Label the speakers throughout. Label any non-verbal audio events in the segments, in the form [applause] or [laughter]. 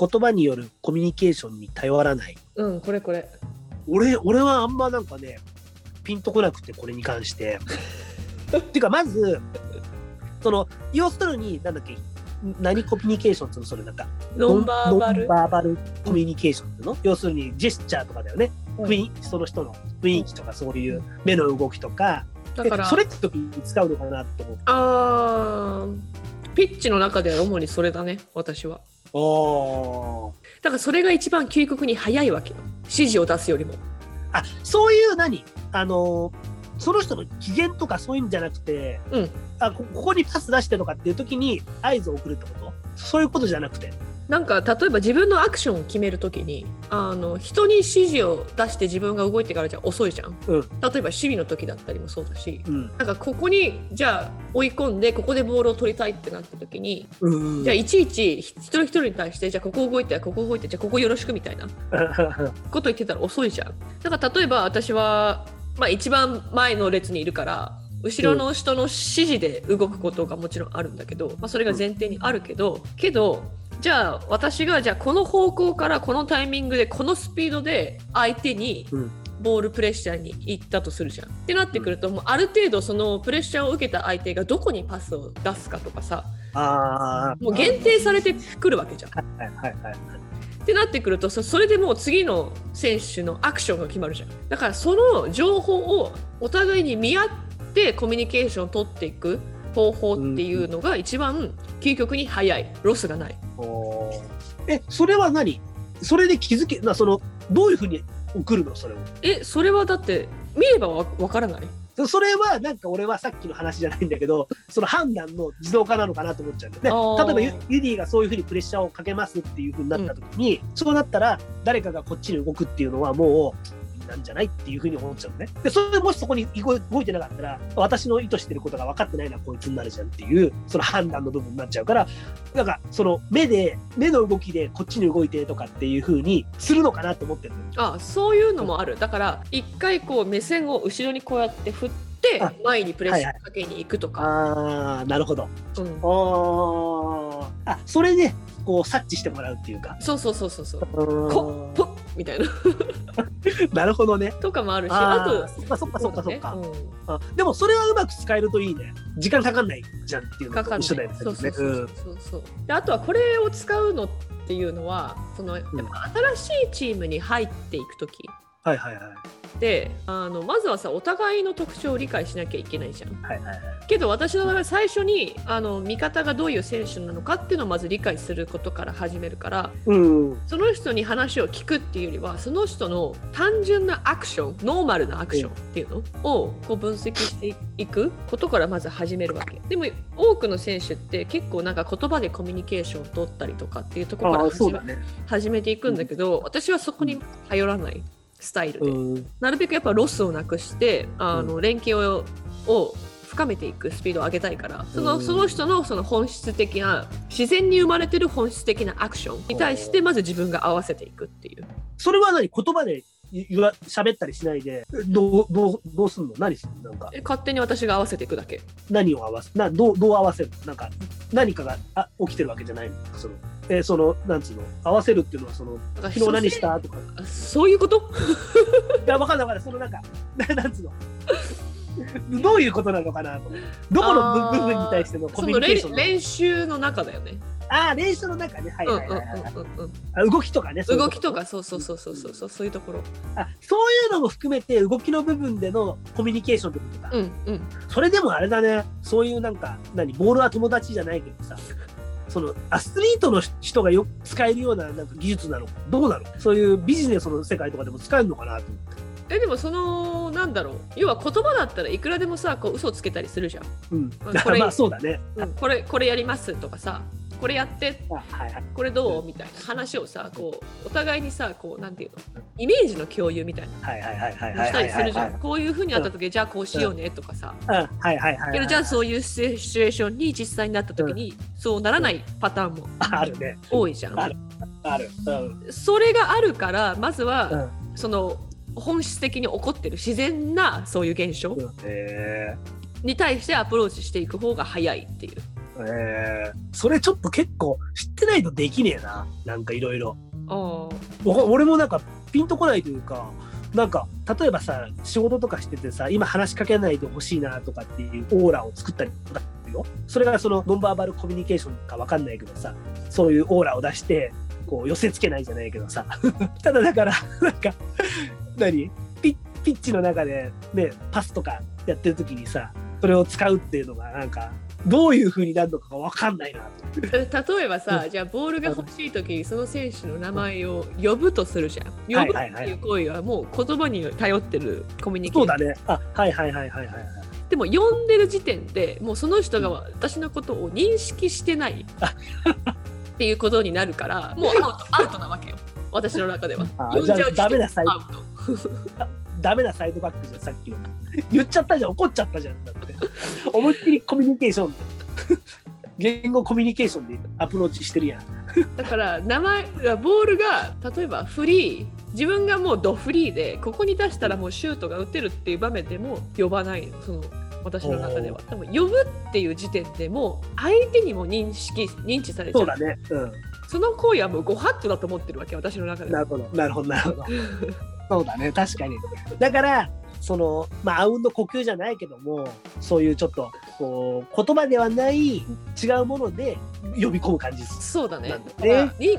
Speaker 1: 言葉によるコミュニケーションに頼らない。
Speaker 2: うん、これこれ。
Speaker 1: 俺、俺はあんまなんかね、ピンとこなくて、これに関
Speaker 2: [laughs]
Speaker 1: して。っていうか、まず、その、要するに、なんだっけ、何コミュニケーションっていうのそれなんか、
Speaker 2: ノンバーバル
Speaker 1: ノン。バーバルコミュニケーションっていうの、要するにジェスチャーとかだよね。
Speaker 2: うん
Speaker 1: 雰囲気、その人の雰囲気とか、そういう目の動きとか、
Speaker 2: だか
Speaker 1: で
Speaker 2: ら、
Speaker 1: それって時に使うのかなって思う。
Speaker 2: あーピッチの中では主にそれだね、私は。
Speaker 1: お
Speaker 2: だからそれが一番究極に早いわけよ。指示を出すよりも。
Speaker 1: あそういう何あのその人の機嫌とかそういうんじゃなくて、
Speaker 2: うん
Speaker 1: あこここにパス出してとかっていう時に合図を送るってことそういうことじゃなくて
Speaker 2: なんか例えば自分のアクションを決めるときにあの人に指示を出して自分が動いてからじゃ遅いじゃん、
Speaker 1: うん
Speaker 2: 例えば守備の時だったりもそうだし
Speaker 1: うん
Speaker 2: なんかここにじゃあ追い込んでここでボールを取りたいってなった時に
Speaker 1: うん
Speaker 2: じゃあいちいち一人一人に対してじゃあここ動いてここ動いてじゃあここよろしくみたいなこと言ってたら遅いじゃん。だから例えば私は、まあ、一番前の列にいるから後ろの人の指示で動くことがもちろんあるんだけど、まあ、それが前提にあるけどけどじゃあ私がじゃあこの方向からこのタイミングでこのスピードで相手に
Speaker 1: うん
Speaker 2: ボールプレッシャーに行ったとするじゃん。ってなってくるともうある程度そのプレッシャーを受けた相手がどこにパスを出すかとかさ
Speaker 1: [laughs] ああ
Speaker 2: もう限定されてくるわけじゃん。
Speaker 1: はいはいはい
Speaker 2: ってなってくるとそそれでもう次の選手のアクションが決まるじゃんだからその情報をお互いに見合ってコミュニケーションを取っていく方法っていうのが一番究極に早いロスがない
Speaker 1: おーえそれは何それで気づけなそのどういうふうに送るのそれを
Speaker 2: えそれはだって見ればわわからない
Speaker 1: そそれはなんか俺はさっきの話じゃないんだけど [laughs] その判断の自動化なのかなと思っちゃうんだよ
Speaker 2: あ
Speaker 1: ね
Speaker 2: ー
Speaker 1: 例えばユユディがそういうふうにプレッシャーをかけますっていうふうになった時に、そうなったら誰かがこっちに動くっていうのはもうなんじゃないっていうふうに思っちゃうのねでそれもしそこに動動いてなかったら私の意図してることが分かってないなこいつになるじゃんっていうその判断の部分になっちゃうからなんかその目で目の動きでこっちに動いてとかっていうふうにするのかなと思ってるのよ
Speaker 2: あそういうのもあるだから一回こう目線を後ろにこうやって振って
Speaker 1: あ
Speaker 2: 前にプレッシャーかけに行くとか、
Speaker 1: ああなるほど
Speaker 2: うん
Speaker 1: おーあそれでこう察知してもらうっていうか
Speaker 2: そうそうそうそうそう
Speaker 1: こ [laughs]
Speaker 2: こポッみたいな [laughs]
Speaker 1: なるほどね
Speaker 2: とかもあるしあ
Speaker 1: あ
Speaker 2: と
Speaker 1: ーそっかそっかそっかそっか、
Speaker 2: そうだねうん
Speaker 1: あでもそれはうまく使えるといいね時間かかんないじゃんっていうの
Speaker 2: かか
Speaker 1: と
Speaker 2: んない
Speaker 1: 一緒だよね
Speaker 2: そうそう
Speaker 1: う
Speaker 2: そうんそうそうであとはこれを使うのっていうのはそのやっぱ新しいチームに入っていく時
Speaker 1: はいはいはい
Speaker 2: であのまずはさお互いの特徴を理解しなきゃいけないじゃん
Speaker 1: はいはいはい
Speaker 2: けど私の場合は最初にあの味方がどういう選手なのかっていうのをまず理解することから始めるから
Speaker 1: うんうん
Speaker 2: その人に話を聞くっていうよりはその人の単純なアクションノーマルなアクションっていうのをこう分析していくことからまず始めるわけでも多くの選手って結構なんか言葉でコミュニケーションを取ったりとかっていうところか
Speaker 1: あ
Speaker 2: ら
Speaker 1: あそ
Speaker 2: 始
Speaker 1: うだ
Speaker 2: め
Speaker 1: ね
Speaker 2: 始めていくんだけど私はそこに頼らないスタイルで、
Speaker 1: うん
Speaker 2: なるべくやっぱロスをなくしてあの連携をを深めていくスピードを上げたいからその
Speaker 1: うん
Speaker 2: その人のその本質的な自然に生まれてる本質的なアクションに対してまず自分が合わせていくっていう
Speaker 1: それは何言葉で言言わ喋ったりしないでどうどうどうすんの何すんのなんか
Speaker 2: え勝手に私が合わせていくだけ
Speaker 1: 何を合わせなどうどう合わせるのなんか何かがあ起きてるわけじゃないのそのえーそのなんつうの合わせるっていうのはその
Speaker 2: だから
Speaker 1: 昨日何したとか
Speaker 2: あそういうこと
Speaker 1: いや、わかんないわかんない。そのなんか、 [laughs] ななんつうの。 [laughs] どういうことなのかなと思って。どこの
Speaker 2: あ
Speaker 1: 部
Speaker 2: ー
Speaker 1: 部分に対してのコ
Speaker 2: そ
Speaker 1: ミュニ
Speaker 2: の
Speaker 1: ケー
Speaker 2: 練
Speaker 1: ションの。
Speaker 2: 練習の中だよね
Speaker 1: ああ、練習の中ね。はい
Speaker 2: うんうん
Speaker 1: はいはい、はい
Speaker 2: うんうん
Speaker 1: あ動きとかね。
Speaker 2: う
Speaker 1: そ
Speaker 2: ん
Speaker 1: ういう
Speaker 2: 動きと。かそうそうそうそうそうそうそういうところ
Speaker 1: あそういうのも含めて、動きの部分でのコミュニケーションってことか。
Speaker 2: うんうん
Speaker 1: それでもあれだね。そういうなんか、何、ボールは友達じゃないけどさ。そのアスリートの人がよく使えるようななんか技術なのどうなのそういうビジネスの世界とかでも使えるのかなと思って。
Speaker 2: えでもそのなんだろう要は言葉だったらいくらでもさこう嘘つけたりするじゃん
Speaker 1: うん。
Speaker 2: これ
Speaker 1: [laughs] まあそうだね。
Speaker 2: うんこれこれやりますとかさこれやって
Speaker 1: あはいはい。
Speaker 2: これどうみたいな話をさこうお互いにさこうなんていうのイメージの共有みたい
Speaker 1: はいはいはいはい
Speaker 2: なの
Speaker 1: はいは
Speaker 2: した
Speaker 1: い
Speaker 2: りするじ
Speaker 1: は
Speaker 2: ゃ
Speaker 1: い
Speaker 2: ん。こういうふうにあった時じゃあこうしようねとかさ
Speaker 1: うんはいはいはい、
Speaker 2: け
Speaker 1: は
Speaker 2: ど
Speaker 1: い。
Speaker 2: じゃあそういうシチュエシチュエーションに実際になった時にそうならないパターンも
Speaker 1: あるね。
Speaker 2: 多いじゃ
Speaker 1: あ
Speaker 2: ん
Speaker 1: る。ある。うん。
Speaker 2: それがあるからまず
Speaker 1: う
Speaker 2: は
Speaker 1: ん
Speaker 2: その本質的に起こってる自然なそういう現象
Speaker 1: うんへえ
Speaker 2: に対してアプローチしていく方が早いっていう。
Speaker 1: えー、それちょっと結構知ってないとできねえな。なんかいろいろ。
Speaker 2: あ
Speaker 1: わ俺もなんかピンとこないというか、なんか例えばさ、仕事とかしててさ、今話しかけないでほしいなとかっていうオーラを作ったりとかするよ。それがそのノンバーバルコミュニケーションかわかんないけどさ、そういうオーラを出して、こう寄せつけないじゃないけどさ。 [laughs] ただだから、なんか、何ピッピッチの中でね、パスとかやってる時にさ、それを使うっていうのがなんか、どういう風になるのかがわかんないなと。
Speaker 2: ー [laughs] 例えばさ、じゃあボールが欲しい時にその選手の名前を呼ぶとするじゃん呼ぶ
Speaker 1: はい
Speaker 2: っ
Speaker 1: はい
Speaker 2: てい
Speaker 1: は
Speaker 2: う行為はもう言葉に頼ってるコミュニケーショ
Speaker 1: そ
Speaker 2: ン
Speaker 1: うだね。あ、はいはいはいはいはいはい。
Speaker 2: でも呼んでる時点でもうその人が私のことを認識してないっていうことになるからもうアウトアウトなわけよ私の中では
Speaker 1: あ
Speaker 2: 呼んじゃう時点
Speaker 1: じゃあダメなサイ
Speaker 2: アウト
Speaker 1: ダメなサイドバックじゃん、さっきの。言っちゃったじゃん、怒っちゃったじゃん。だって。思いっきりコミュニケーション。言語コミュニケーションでアプローチしてるやん。
Speaker 2: だから名前ボールが例えばフリー自分がもうドフリーでここに出したらもうシュートが打てるっていう場面でも呼ばないのその私の中では多分呼ぶっていう時点でもう相手にも認識認知されちゃ
Speaker 1: そううだね。うん。
Speaker 2: その行為はもうご法度だと思ってるわけ私の中では
Speaker 1: なるほど、なるほど、なるほど。そうだね、確かに。だから、その、まあ、あうんの呼吸じゃないけども、そういうちょっと、こう、言葉ではない違うもので呼び込む感じです。
Speaker 2: そうだね。
Speaker 1: なん
Speaker 2: だ
Speaker 1: だね
Speaker 2: からに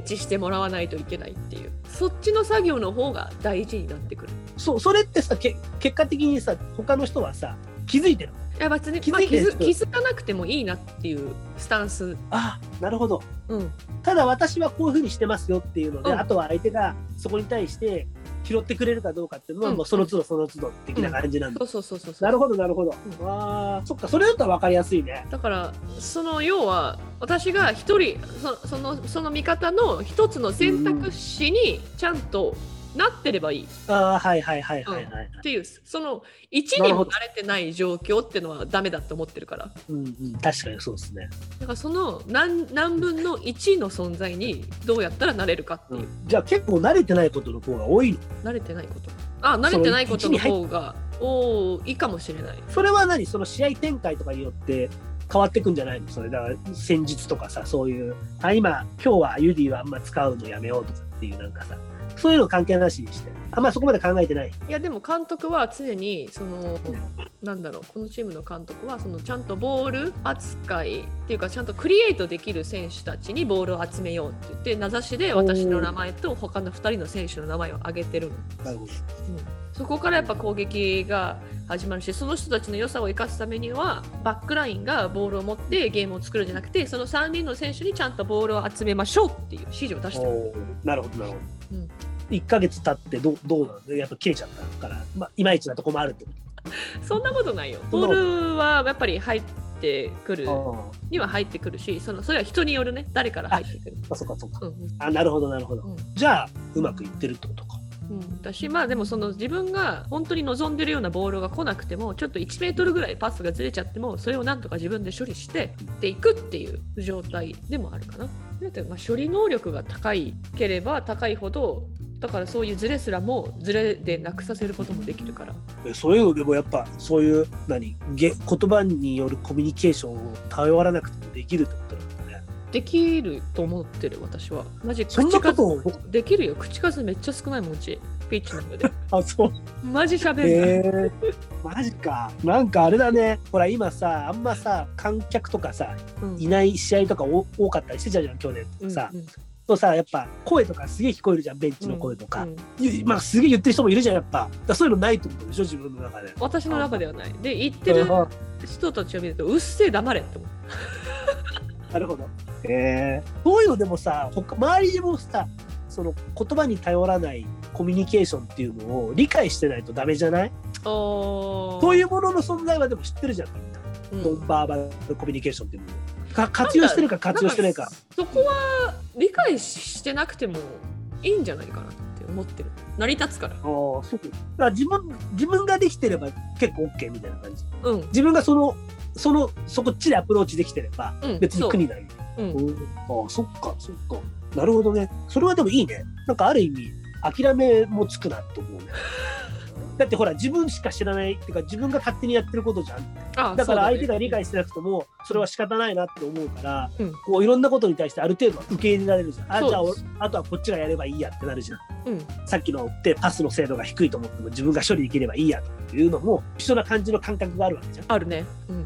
Speaker 2: 認知してもらわないといけないっていう。そっちの作業の方が大事になってくる。
Speaker 1: そう、それってさ、け結果的にさ、他の人はさ、気づいてるの。
Speaker 2: いや別に
Speaker 1: 気
Speaker 2: ま
Speaker 1: づ
Speaker 2: あ
Speaker 1: い
Speaker 2: 気
Speaker 1: てる
Speaker 2: づ気づかなくてもいいなっていうスタンス。
Speaker 1: ああ、なるほど。
Speaker 2: うん。
Speaker 1: ただ私はこういうふうにしてますよっていうので、
Speaker 2: うん
Speaker 1: あとは相手がそこに対して拾ってくれるかどうかっていうのは、
Speaker 2: うん
Speaker 1: もうその都度その都度的な感じなんだ、
Speaker 2: そうそうそうそうそう。
Speaker 1: なるほどなるほど、あーそっかそれだったら分かりやすいね
Speaker 2: だからその要は私が一人そそのその見方の一つの選択肢にちゃんとなってればいいっ
Speaker 1: ああはいはいはいはいはい、
Speaker 2: ていうその一
Speaker 1: な
Speaker 2: に
Speaker 1: るほ
Speaker 2: も
Speaker 1: ど
Speaker 2: 慣れてない状況っていうのはダメだと思ってるから。
Speaker 1: うんうん、確かにそうですね、
Speaker 2: だからその何何分の1の存在にどうやったらなれるかって
Speaker 1: う
Speaker 2: いう、
Speaker 1: ん、じゃあ結構慣れてないことの方が多いの
Speaker 2: 慣れてないことあ慣れてないことの方がおーいいかもしれない
Speaker 1: それは何その試合展開とかによって変わってくんじゃないのそれだから戦術とかさそういうあ今今日はユディはあんま使うのやめようとかっていうなんかさそういうの関係なしにしてあんまそこまで考えてない
Speaker 2: いやでも監督は常にそのなんだろうこのチームの監督はそのちゃんとボール扱いっていうかちゃんとクリエイトできる選手たちにボールを集めようって言って名指しで私の名前と他の2人の選手の名前を挙げてるの
Speaker 1: なるほど
Speaker 2: そこからやっぱ攻撃が始まるしその人たちの良さを生かすためにはバックラインがボールを持ってゲームを作るんじゃなくてその3人の選手にちゃんとボールを集めましょうっていう指示を出してる
Speaker 1: おーなるほどなるほど、
Speaker 2: うん
Speaker 1: 1ヶ月経ってどうどうなのやっぱ切れちゃったから、まあ、いまいちなとこもあるってこ
Speaker 2: そんなことないよ
Speaker 1: そんな
Speaker 2: ボ
Speaker 1: こと
Speaker 2: ールはやっぱり入ってくる
Speaker 1: と、ああ
Speaker 2: には入ってくるしそのそれは人によるね誰から入ってくる、
Speaker 1: あそっかそっか
Speaker 2: うんうん
Speaker 1: あなるほどなるほど、
Speaker 2: うん
Speaker 1: じゃあうまくいってるってことか
Speaker 2: うん、だしまあでもその自分が本当に望んでるようなボールが来なくてもちょっと1メートルぐらいパスがずれちゃってもそれをなんとか自分で処理してっていくっていう状態でもあるかな。だってまあ処理能力が高いければ高いほどだからそういうズレすらもズレでなくさせることもできるから
Speaker 1: えそういうのでもやっぱそういう何げ言葉によるコミュニケーションを頼らなくてもできるってことなんだね
Speaker 2: できると思ってる私はマジ
Speaker 1: そんなことを
Speaker 2: 口数できるよ口数めっちゃ少ないもんうちピッチの上 [laughs] で
Speaker 1: あそう
Speaker 2: マジ喋んない、
Speaker 1: へえマジかなんかあれだねほら今さあんまさ観客とかさ
Speaker 2: うん
Speaker 1: いない試合とかお多かったりしてたじゃん去年
Speaker 2: うん
Speaker 1: さ、
Speaker 2: うん
Speaker 1: とさやっぱ声とかすげえ聞こえるじゃんベンチの声とか、
Speaker 2: うん
Speaker 1: いまあすげえ言ってる人もいるじゃんやっぱだからそういうのないってことでしょ自分の中で。
Speaker 2: 私の中ではないで言ってる人たちを見るとうっせえ黙れって思う
Speaker 1: なるほど。えー、そういうのでもさ他周りでもさその言葉に頼らないコミュニケーションっていうのを理解してないとダメじゃないそう
Speaker 2: い
Speaker 1: いうものの存在はでも知ってるじゃんみんな、
Speaker 2: う
Speaker 1: ノンバーバルコミュニケーションっていうのをか活用してるか活用してないか
Speaker 2: そこは理解してなくてもいいんじゃないかなって思ってる成り立つから
Speaker 1: あーそうだから自分自分ができてれば結構 OK みたいな感じ
Speaker 2: うん
Speaker 1: 自分がそのそのそこっちでアプローチできてれば
Speaker 2: うん
Speaker 1: 別
Speaker 2: そ
Speaker 1: に
Speaker 2: う
Speaker 1: 苦になる
Speaker 2: うん
Speaker 1: ああそっかそっかなる
Speaker 2: [laughs]
Speaker 1: ほどねそれはでもいいねなんかある意味諦めもつくなと思うねだってほら自分しか知らないっていうか自分が勝手にやってることじゃん
Speaker 2: あ
Speaker 1: だから
Speaker 2: そう
Speaker 1: 相手が理
Speaker 2: ね
Speaker 1: 解してなくてもそれは仕方ないなって思うから、
Speaker 2: うん
Speaker 1: こういろんなことに対してある程度は受け入れられるじゃんあ
Speaker 2: そう
Speaker 1: じゃあ
Speaker 2: で
Speaker 1: お
Speaker 2: す
Speaker 1: あとはこっちがやればいいやってなるじゃん
Speaker 2: うん
Speaker 1: さっきのってパスの精度が低いと思っても自分が処理できればいいやというのも一緒な感じの感覚があるわけ
Speaker 2: [laughs]
Speaker 1: じゃん
Speaker 2: あるねうん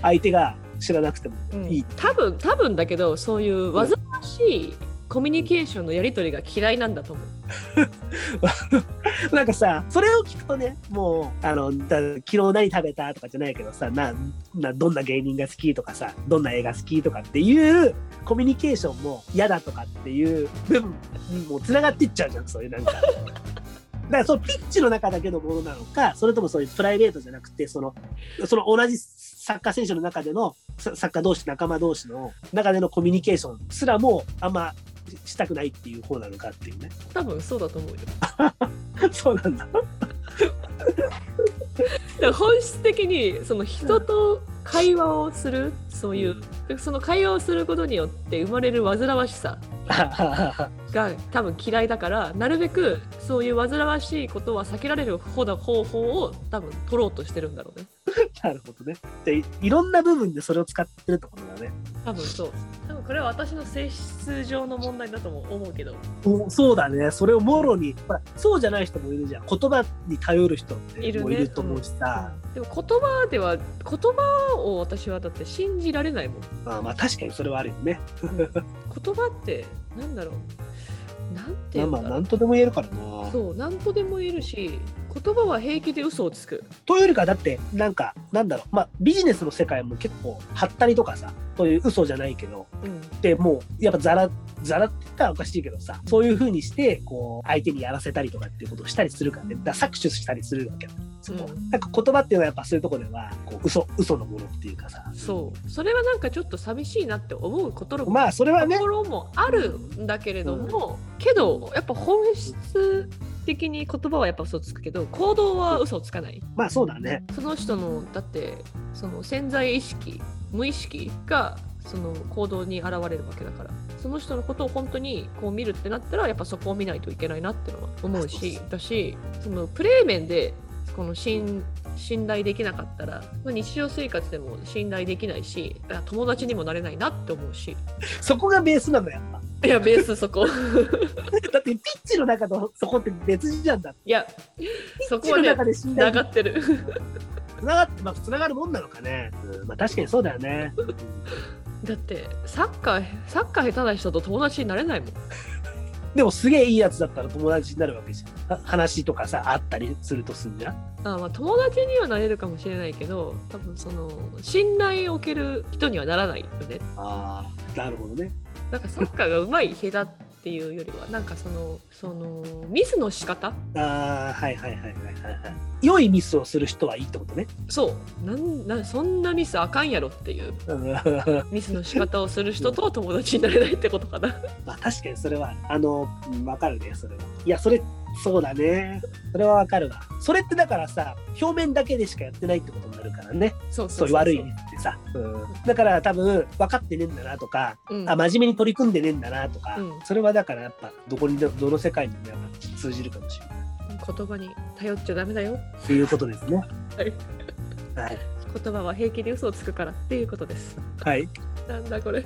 Speaker 1: 相手が知らなくても
Speaker 2: うん
Speaker 1: いい
Speaker 2: 多分多分だけどそういう煩わしいコミュニケーションのやり取りが嫌いなんだと思う
Speaker 1: なんかさそれを聞くとねもうあのだ昨日何食べたとかじゃないけどさななどんな芸人が好きとかさどんな映画好きとかっていうコミュニケーションも嫌だとかっていう部分にもつながっていっちゃうじゃんそういうなん
Speaker 2: [laughs]
Speaker 1: か。だからそのピッチの中だけのものなのかそれともそういうプライベートじゃなくてそのその同じサッカー選手の中でのササッカー同士仲間同士の中でのコミュニケーションすらもあんましたくないっていう方なのかっていうね。
Speaker 2: 多分そうだと思うよ
Speaker 1: [laughs] そうなんだ。
Speaker 2: だから本質的にその人と会話をするそういうその会話をすることによって生まれる煩わしさ
Speaker 1: [laughs]
Speaker 2: が多分嫌いだからなるべくそういう煩わしいことは避けられる方の方法を多分取ろうとしてるんだろうね
Speaker 1: なるほどね。で、いろんな部分でそれを使ってるってことだね。
Speaker 2: 多分そう多分これは私の性質上の問題だとも思うけど
Speaker 1: おそうだね。それをもろに、ほら、そうじゃない人もいるじゃん。言葉に頼る人って
Speaker 2: いるね
Speaker 1: もういると思うしさ。
Speaker 2: でも言葉では言葉を私はだって信じられないもん
Speaker 1: まあまあ、確かにそれはあるよね。
Speaker 2: 言葉ってなんだろうなん
Speaker 1: まあ
Speaker 2: ていうん
Speaker 1: ま
Speaker 2: だ
Speaker 1: あ、
Speaker 2: ろう
Speaker 1: なんとでも言えるからな。
Speaker 2: そう何とでも言えるし言葉は平気で嘘をつく
Speaker 1: というよりか、だって、なんか、なんだろう。まあ、ビジネスの世界も結構、はったりとかさ、そういう嘘じゃないけど、
Speaker 2: うん
Speaker 1: でもう、やっぱザラ、ザラって言ったらおかしいけどさ、そういうふうにして、こう、相手にやらせたりとかっていうことをしたりするからね。だから搾取したりするわけ。そこ
Speaker 2: うん
Speaker 1: なんか言葉っていうのはやっぱそういうところではこう嘘嘘のものっていうかさ
Speaker 2: そうそれはなんかちょっと寂しいなって思うことも
Speaker 1: まあそれはね
Speaker 2: ところもあるんだけれども、けどやっぱ本質的に言葉はやっぱ嘘つくけど行動は嘘をつかない
Speaker 1: まあそうだね
Speaker 2: その人のだってその潜在意識無意識がその行動に現れるわけだからその人のことを本当にこう見るってなったらやっぱそこを見ないといけないなってのは思うしだしそのプレー面でこの信信頼できなかったらまあ日常生活でも信頼できないしあ友達にもなれないなって思うし
Speaker 1: そこがベースなのやっぱ [laughs]
Speaker 2: いやベースそこ
Speaker 1: だってピッチの中とそこって別じゃんだって
Speaker 2: いやそ
Speaker 1: ピッチの
Speaker 2: こはね
Speaker 1: 中で信
Speaker 2: つな
Speaker 1: 頼
Speaker 2: が
Speaker 1: が
Speaker 2: ってる
Speaker 1: つながってまあつながるもんなのかね、うんまあ確かにそうだよね
Speaker 2: [laughs] だってサッカーサッカー下手な人と友達になれないもん
Speaker 1: でもすげえいいやつだったら友達になるわけじゃんは話とかさあったりするとすんじゃん
Speaker 2: あまあ友達にはなれるかもしれないけど多分その信頼を受ける人にはならないよね
Speaker 1: ああなるほどね
Speaker 2: なんかサッカーが上手い下手っていうよりはなんかそのそのミスの仕方
Speaker 1: ああはいはいはいはいはいはい良いミスをする人はいいってことね
Speaker 2: そうなんなんそんなミスあかんやろっていう
Speaker 1: うん [laughs]
Speaker 2: ミスの仕方をする人とは友達になれないってことか [laughs] な
Speaker 1: まあ確かにそれはあのうんわかるねそれはいやそれそうだねそれはわかるわそれってだからさ表面だけでしかやってないってことになるからね
Speaker 2: そう
Speaker 1: そういう悪い意味ってさ、うんだから多分分かってねえんだなとか、
Speaker 2: うん、
Speaker 1: あ真面目に取り組んでねえんだなとか、
Speaker 2: うん
Speaker 1: それはだからやっぱどこにでもどの世界にもやっぱ通じるかもしれない
Speaker 2: 言葉に頼っちゃダメだよ
Speaker 1: っていうことですね
Speaker 2: はい
Speaker 1: はい、
Speaker 2: 言葉は平気で嘘をつくからっていうことです
Speaker 1: はい、
Speaker 2: なんだこれ